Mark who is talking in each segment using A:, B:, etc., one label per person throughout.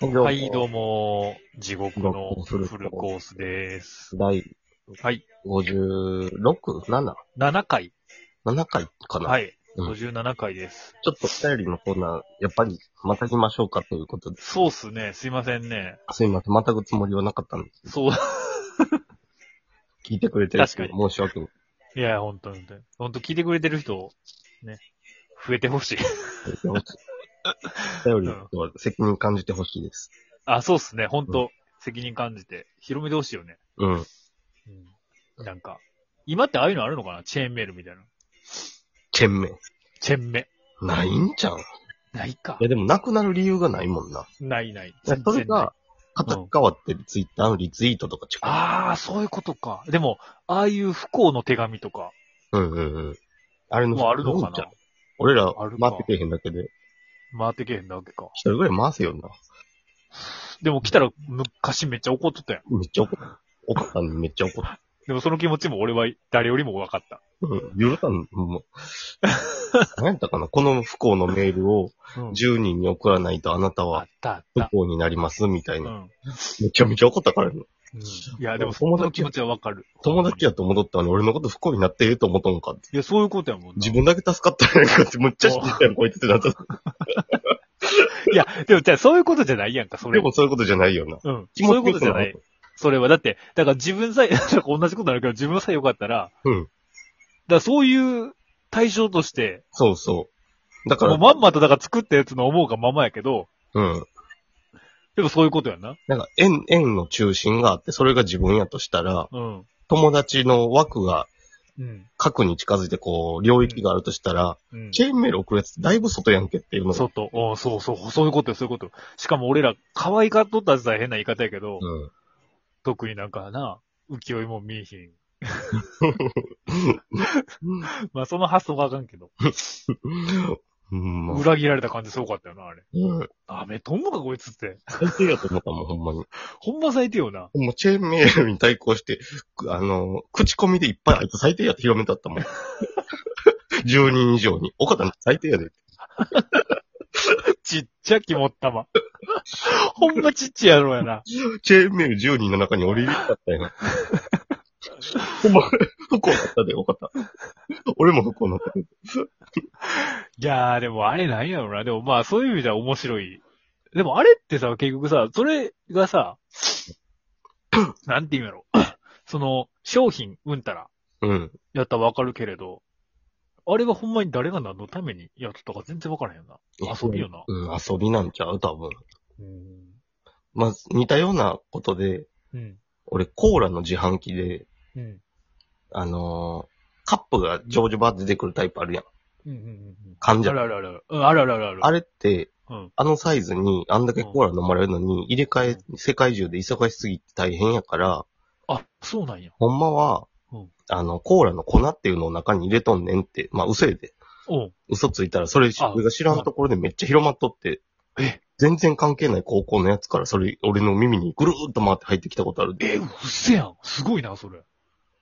A: は、
B: はい
A: どうも、地獄の
B: 地獄の
A: フルコースです。
B: 第
A: はい、
B: 56?7?7
A: 7回。
B: 回かな、
A: はい、
B: うん
A: 57回です。
B: ちょっとお便りのコーナー、やっぱりまたぎましょうかということで。
A: そうっすね、すいませんね。
B: すいません、またぐつもりはなかったんです。
A: そう、
B: 聞いてくれてる
A: 確か
B: 申し訳ない。
A: いや、ほんとほんと。ほんと聞いてくれてる人、ね、増えてほしい。
B: お便りは責任感じてほしいです。
A: あ、そうっすね、ほんと、責任感じて、広めてほしいよね。
B: うん。
A: うん。なんか、今ってああいうのあるのかなチェーンメールみたいな。
B: チェンメ
A: チェーンメ。
B: ン。ないんじゃん。い
A: ないか
B: や、。でもなくなる理由がないもんな。
A: ないない。
B: いやそれ
A: 全然ない
B: が、片側ってツイッターのリツイートとかちゃ
A: ああ、そういうことか。でも、ああいう不幸の手紙とか、
B: う。うんうんうん。あれの、
A: もうあるの
B: ど
A: か
B: うじゃん
A: な
B: 俺ら
A: ある
B: 回
A: か
B: ってけえへんだけで、
A: 回ってけへんだけか。
B: 一人ぐらい回せよな。
A: でも来たら昔めっちゃ怒っとったやん。
B: めっちゃ怒った。岡さんにめっちゃ怒った。
A: でもその気持ちも俺は誰よりも分かった。
B: うん。ゆるたん、もう。 何やったかなこの不幸のメールを
A: うん
B: 10人に送らないとあなた
A: あっ
B: は
A: たあっ
B: 不
A: た。
B: 幸になりますみたい
A: うん。
B: な。
A: うん
B: めちゃめちゃ怒ったからね。
A: いや、でもそ
B: 友達
A: の気持ちは分かる。
B: 友達やと戻ったのに俺のこと不幸になってええと思ったのかって。
A: いや、そういうことやもんな。
B: 自分だけ助かったやんかって、むっちゃ知ってたやん、こいつってなった。
A: いや、でもじゃあそういうことじゃないやんか、それ。
B: でもそういうことじゃないよな。
A: うん。
B: 気持
A: そう
B: ち
A: い
B: よ
A: う
B: く
A: ことじゃない。それは、だって、だから自分さえ、なん か同じことになるけど、自分さえ良かったら、
B: うん。
A: だからそういう対象として、
B: そうそう。だか
A: もう
B: ら、
A: まんまとだから作ったやつの思うがままやけど、
B: うん。
A: でもそういうことやんな。
B: なんか、円、円の中心があって、それが自分やとしたら、
A: うん。
B: 友達の枠が
A: うん。
B: 核に近づいて、こう、領域があるとしたら、
A: うん。
B: チェーンメール送るやつってだいぶ外やんけっていうのが。
A: 外。おうそうそう。そういうことよ、そういうこと。しかも俺ら、可愛がっとったやつは変な言い方やけど、
B: うん。
A: 特になんかな、浮世絵も見えひん。まあ、その発想があかんけど。
B: うん、まあ。
A: 裏切られた感じすごかったよな、あれ。
B: うん。
A: ダメとんのか、こいつって。
B: 最低やと思ったもん、ほんまに。
A: ほんま最低よな。
B: ほんま、チェーンメールに対抗して、くあの、口コミでいっぱいあいつ最低やって広めたったもん。10人以上に。岡田最低やで。
A: ちっちゃきもったま。ほんまちっちゃいやろやな。
B: チェーンメール10人の中に俺いるかったよな。ほんま、不幸だったで、よかった。俺も不幸だったけど。
A: いやー、でもあれなんやろな。でもまあ、そういう意味では面白い。でもあれってさ、結局さ、それがさ、 なんて言うんやろ。その、商品、うんたら。
B: うん。
A: やったらわかるけれど、あれはほんまに誰が何のためにやっとったか全然わからへんよな。遊びよな
B: うん、遊びなんちゃう多分。
A: うん。
B: まあ、似たようなことで、
A: うん。
B: 俺、コーラの自販機で、
A: うん。
B: あのーカップがジョージバーって出てくるタイプあるやん。
A: うん。うん。
B: 患
A: あ
B: 者。
A: るあるある。うん、あるあるあるある。
B: あれって、
A: うん。
B: あのサイズに、あんだけコーラ飲まれるのに、入れ替え、世界中で忙しすぎて大変やから、
A: あ、そうなんや。
B: ほんまは
A: うん、
B: あの、コーラの粉っていうのを中に入れとんねんって、まあ、嘘やで。
A: おう
B: 嘘ついたら、それ、
A: あ
B: 俺が知らんところでめっちゃ広まっとって、
A: え
B: 全然関係ない高校のやつから、それ、俺の耳にぐるーっと回って入ってきたことある
A: え、
B: で。
A: うっせやん。すごいな、それ。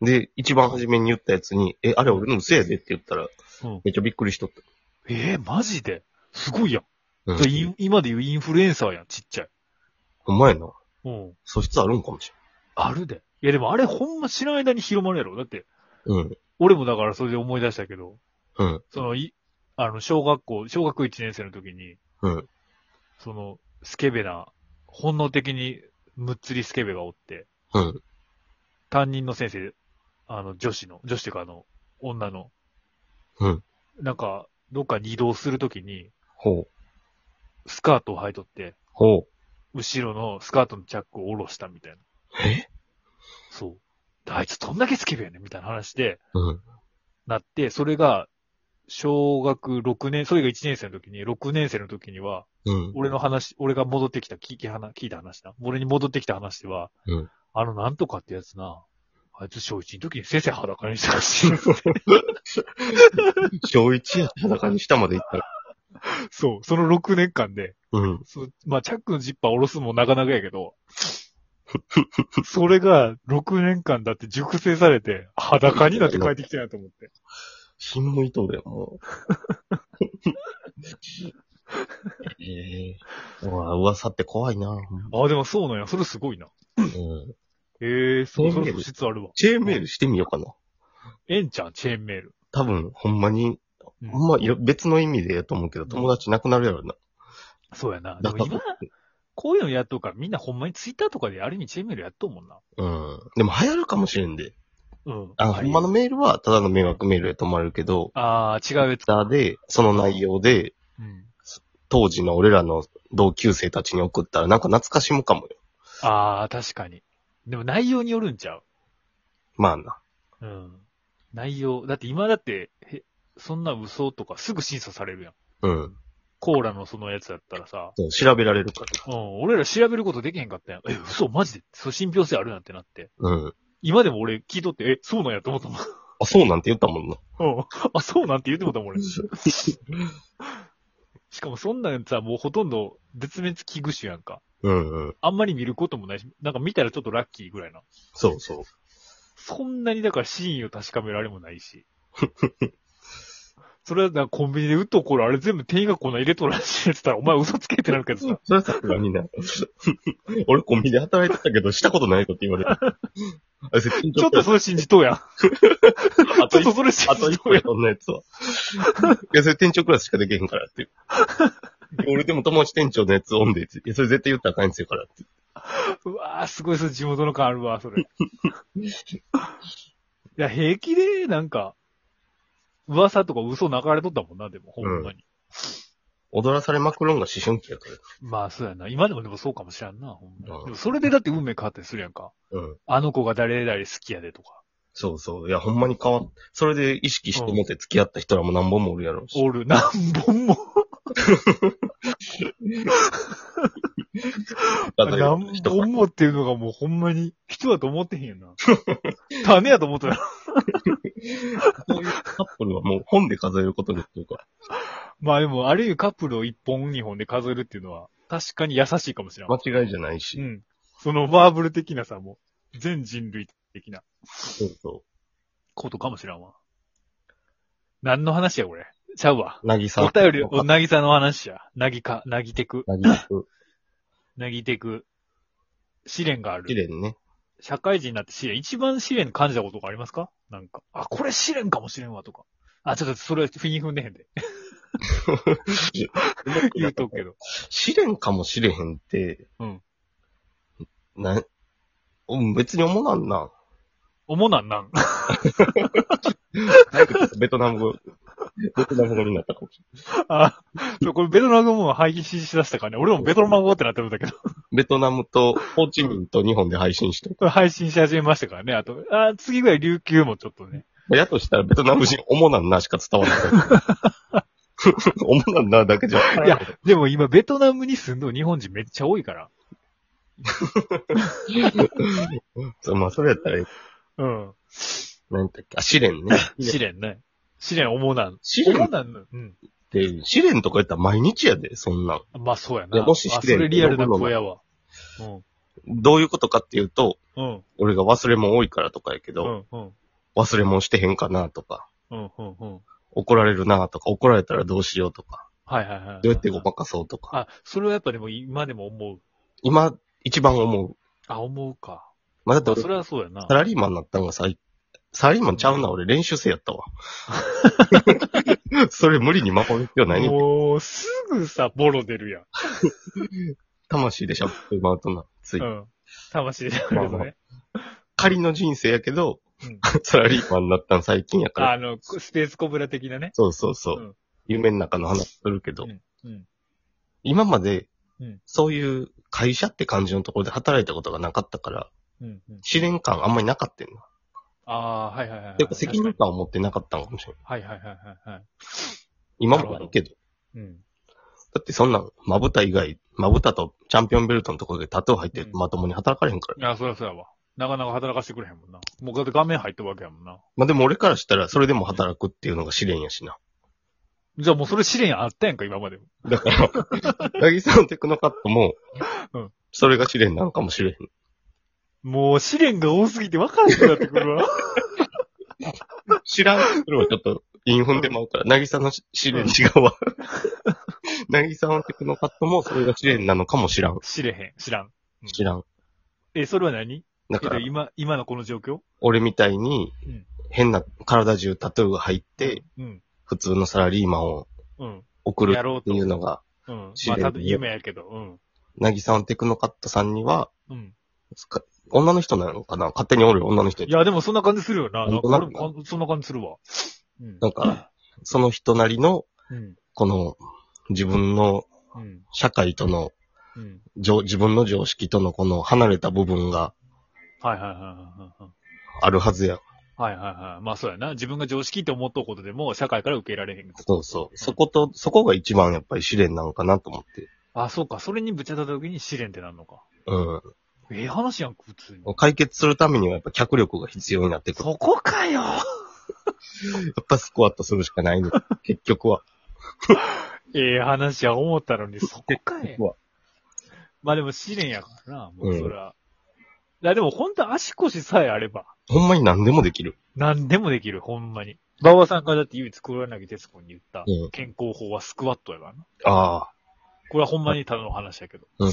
B: で、一番初めに言ったやつに、え、あれ俺の嘘やでって言ったら、
A: うん。
B: めっちゃびっくりしとった。
A: えー、マジですごいやん。
B: うん
A: それイン今で言うインフルエンサーやん、ちっちゃい。
B: ほんまやな。
A: うん。
B: 素質あるんかもし
A: あるで。いや、でもあれほんま知らん間に広まるやろ。だって、
B: れん。うん。
A: 俺もだからそれで思い出したけど、
B: うん。
A: その、い、あの、小学校、小学1年生の時に、
B: うん。
A: その、スケベな、本能的にむっつりスケベがおって、
B: うん。
A: 担任の先生、あの、女子の、女子というかあの、女の、
B: うん。
A: なんか、どっかに移動するときに、
B: ほう。
A: スカートを履いとって、
B: ほう。
A: 後ろのスカートのチャックを下ろしたみたいな。
B: え
A: そう。であいつどんだけスケベやねんみたいな話で、
B: うん。
A: なって、それが、小学6年、それが1年生の時に、6年生の時には、
B: うん。
A: 俺の話、俺が戻ってきた、聞き話、聞いた話な。俺に戻ってきた話では、
B: うん
A: あの、なんとかってやつな、あいつ小一の時に先生裸にしたらしい。
B: 小一やった中に下まで行ったら。
A: そう、その6年間で、
B: うん。
A: そうまあ、チャックのジッパー下ろすのもなかなかやけ ど、それが6年間だって熟成されて、裸になって帰ってきたんやと思って。
B: ひんむいとるやん、もう。 ええうわ噂って怖いな。ほんま
A: ああ、でもそうなんや。それすごいな。
B: うん
A: ええそう、
B: チェー
A: そ
B: ンメール
A: れ素質あるわ。
B: チェーンメールしてみようかな。
A: えんちゃん、チェーンメール。
B: 多分、ほんまに、
A: うん
B: ほんまいろ、別の意味でやと思うけど、友達なくなるやろな。
A: そうやな。で
B: だ
A: も
B: から
A: 今、こういうのやっとくから、みんなほんまにツイッターとかである意味チェーンメールやっとうもんな。
B: うん。でも流行るかもしれんで。
A: うん。
B: あ、
A: あ
B: ほ
A: り
B: んまのメールはただの迷惑メールで止まるけど、
A: あー、違うやつ。
B: ツイッターで、その内容で、
A: うん。
B: 当時の俺らの同級生たちに送ったら、なんか懐かしむかもよ。
A: ああ、確かに。でも内容によるんちゃう
B: まあな。
A: うん。内容。だって今だって、へそんな嘘とかすぐ審査されるやん。
B: うん。
A: コーラのそのやつだったらさ、
B: そう調べられるか
A: うん、俺ら調べることできへんかったやん。え、嘘マジでそう、信憑性あるなんてなって。
B: ら。うん。
A: 今でも俺聞いとって、え、そうなんやと思ったもん。
B: あ、そうなんて言ったもんな。
A: うん。あ、そうなんて言ってもたもん 俺。しかもそんなんさ、もうほとんど絶滅危惧種やんか。
B: うんうん。
A: あんまり見ることもないし、なんか見たらちょっとラッキーぐらいな。
B: そうそう。
A: そんなにだから真意を確かめられもないし。 それはなんかコンビニで売っとく頃あれ全部店員がこんな入れとるらしいやつったらお前嘘つけってなるけどさ。
B: それはさすがにな。 俺コンビニで働いてたけど、したことないこと言 われた。あ、ち
A: ちょっとそれ信じとうやん。
B: あ
A: ち
B: と
A: ょっ
B: 一
A: とそれ信
B: あ
A: じ
B: と一
A: と
B: 個
A: う
B: や
A: やん。
B: そんなやつ は。いや、それ店長クラスしかできへんからっていう。俺でも友達店長のやつオンでって。いや、それ絶対言ったらあかんやつやからって。
A: うわーすごいそれ地元の感あるわ、それ。い や、平気で、なんか、噂とか嘘流れとったもんな、でも、ほんまに。
B: 踊らされまくるんが思春期やか
A: まあ、そうやな。今でもでもそうかもしらんな、ほんま
B: う
A: に
B: ん。
A: でもそれでだって運命変わったりするやんか。
B: ら。うん。
A: あの子が誰々好きやでとか。
B: そうそう。いや、ほんまに変わっそれで意識してもって付き合った人らも何本もおるやろうし。
A: おる、何本も。何本もっていうのがもうほんまに人だと思ってへんよな。 種やと思ったら。
B: そういうカップルはもう本で数えることにっていうか。
A: まあでも、ある意味カップルを一本二本で数えるっていうのは、確かに優しいかもしれん。
B: 間違いじゃないうし。
A: ん。そのバーブル的なさ、もう、全人類的な
B: そうそ
A: ことかもしらんわ。何の話や、これ。ちゃうわ。
B: う。なぎさん。
A: お便り、お、なぎさの話や。なぎか、なぎてく。
B: なぎさん。
A: なぎてく。試練があ
B: 綺
A: る。
B: 麗にね。
A: 社会人になって試練、一番試練感じたことがありますかなんか。あ、これ試練かもしれんわ、とか。あ、ちょっとそれ、ふに踏んでへ んで。言うとくけど。
B: 試練かもしれへんって、
A: うん。
B: な、うん、別に思わんな。
A: 主なんなん。
B: ベトナム語、 ベトナム語になったかもしれ
A: あ、そう、これベトナム語も廃棄ししだしたからね。俺もベトナム語ってなってるんだけど。
B: ん。ベトナムと、ホーチミンと日本で配信してる。
A: これ配信し始めましたからね。あと、あ次ぐらい琉球もちょっとね。
B: まあやとしたらベトナム人、主なんなしか伝わらない。 主なんなだけじゃ。
A: いや、でも今ベトナムに住んでる日本人めっちゃ多いから。
B: そうまあ、それやったら、
A: うん。
B: なんだっけ、あ、試練ね。
A: 試練ね。試練主なん。
B: 試練
A: 主なんの。うん。
B: で、試練とか言ったら毎日やで、そんなん。
A: まあそうや
B: い
A: な。
B: やもし
A: あ、
B: 試
A: そ
B: 練
A: れリアルな声やわ。うん。
B: どういうことかっていうと、
A: うん。
B: 俺が忘れ物多いからとかやけ
A: う
B: ど、
A: ん。うん。
B: 忘れ物してへんかなとか、
A: うん。うん。うん。
B: 怒られるなとか、怒られたらどうしようとか、
A: はいはいはい。
B: どうやってごまかそうとか、
A: あ、それはやっぱでも今でも思う。
B: 今、一番思う。
A: あ、思うか。
B: まあ、だ
A: まあ
B: って
A: そ
B: 俺、
A: れはそうやな
B: サ。ラリーマンになったんがさ、サラリーマンちゃうな、俺練習生やった わ。それ無理に守る必要ないねん。
A: もう、すぐさ、ボロ出るやん。
B: 魂でしゃってまうとな、つい。
A: うん。魂で。
B: ま
A: ま
B: あまあ仮の人生やけど、
A: うん
B: サラリーマンになったん最近やから。
A: あの、スペースコブラ的なね。
B: そうそうそう。
A: うん
B: 夢の中の話するけど、
A: んうん。
B: 今まで
A: うん、
B: そういう会社って感じのところで働いたことがなかったから、
A: うん。うん。
B: 試練感あんまりなかったんな。
A: ああ、はいはいはいはい。
B: てか責任感を持ってなかったのかもしれない。
A: はいはいはいはいはい。
B: 今もないけど。
A: うん。
B: だってそんなん、まぶた以外、まぶたとチャンピオンベルトのところでタトゥー入って
A: うん
B: まともに働かれへんから。
A: あ、そりゃそうやわ。なかなか働かせてくれへんもんな。もうだって画面入ったわけやもんな。
B: まあでも俺からしたら、それでも働くっていうのが試練やしな。
A: じゃあもうそれ試練あったやんか、今までも。
B: だ から、なぎさのテクノカットも
A: うん、
B: それが試練なんかもしれへん。
A: も う試練が多すぎて分からなくなってくるわ。
B: 知らんけど、ちょっと、インフンでも合うから、なぎさの試練違う わ。なぎさのテクノパッドもそれが試練なのかもしらん。
A: 知れへん。知らん。
B: 知らん。
A: え、それは何
B: だ
A: え
B: か
A: っと、
B: ら、
A: 今、今のこの状況
B: 俺みたいに
A: うん、
B: 変な体中タトゥーが入って、、
A: うん。
B: 普通のサラリーマンを
A: うん。
B: 送る
A: やろう
B: って
A: と
B: いうのが、
A: うん。
B: 知
A: ま
B: れ
A: あ、
B: る
A: たぶ夢やけど、うん。
B: なぎさのテクノパッドさんには、
A: うん。
B: つか女の人なのかな勝手におる女の人
A: い。や、でもそんな感じするよな。なんか
B: なん
A: 俺
B: となくな
A: もかんそんな感じするわ。うん
B: なんか、その人なりの、
A: うん。
B: この、自分の
A: うん。
B: 社会との、
A: うん。
B: じょ自分の常識とのこの離れた部分が
A: はいはいはいはいはい。
B: あるはずや。
A: はいはいはい。まあそうやな。自分が常識って思っとうことでも、社会から受け入れられへん。
B: そうそう。そこと、そこが一番やっぱり試練なのかなと思って。
A: あ、そうか。それにぶち当たった時に試練ってなるのか。
B: う
A: ええ話やん、普通に。
B: ん。解決するためにはやっぱ脚力が必要になってくる。
A: そこかよ
B: やっぱスクワットするしか ないの。結局は。
A: ええ話や思ったのに、そこか
B: 結
A: い
B: 局。は。
A: まあでも試練やからな、もううんそら。いやでも本当足腰さえあれば、
B: ほんまに何でもできる。
A: 何でもできる、ほんまに。馬場さんがだって唯一黒柳徹子に言った
B: うん
A: 健康法はスクワットやからな。
B: ああ。
A: これはほんまにただの話やけど。
B: うん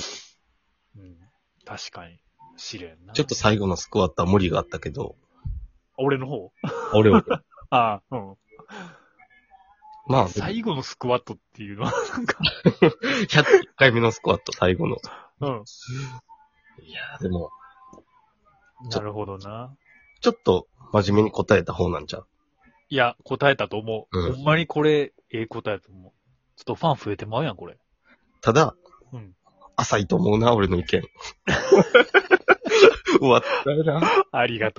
A: うん確かに。試練な。
B: ちょっと最後のスクワットは無理があったけど、
A: 俺の方
B: 俺は。
A: ああ、うん。
B: まあ、
A: 最後のスクワットっていうのは、なんか、
B: 101回目のスクワット最後の。
A: うん。
B: いやーでも、
A: なるほどな。
B: ちょっと真面目に答えた方なんじゃう。
A: いや、答えたと思う。
B: うん
A: ほんまにこれ、ええ答えだと思う。ちょっとファン増えてまうやん、これ。
B: ただ、
A: うん
B: 浅いと思うな、俺の意見。終わったな。
A: ありがとう。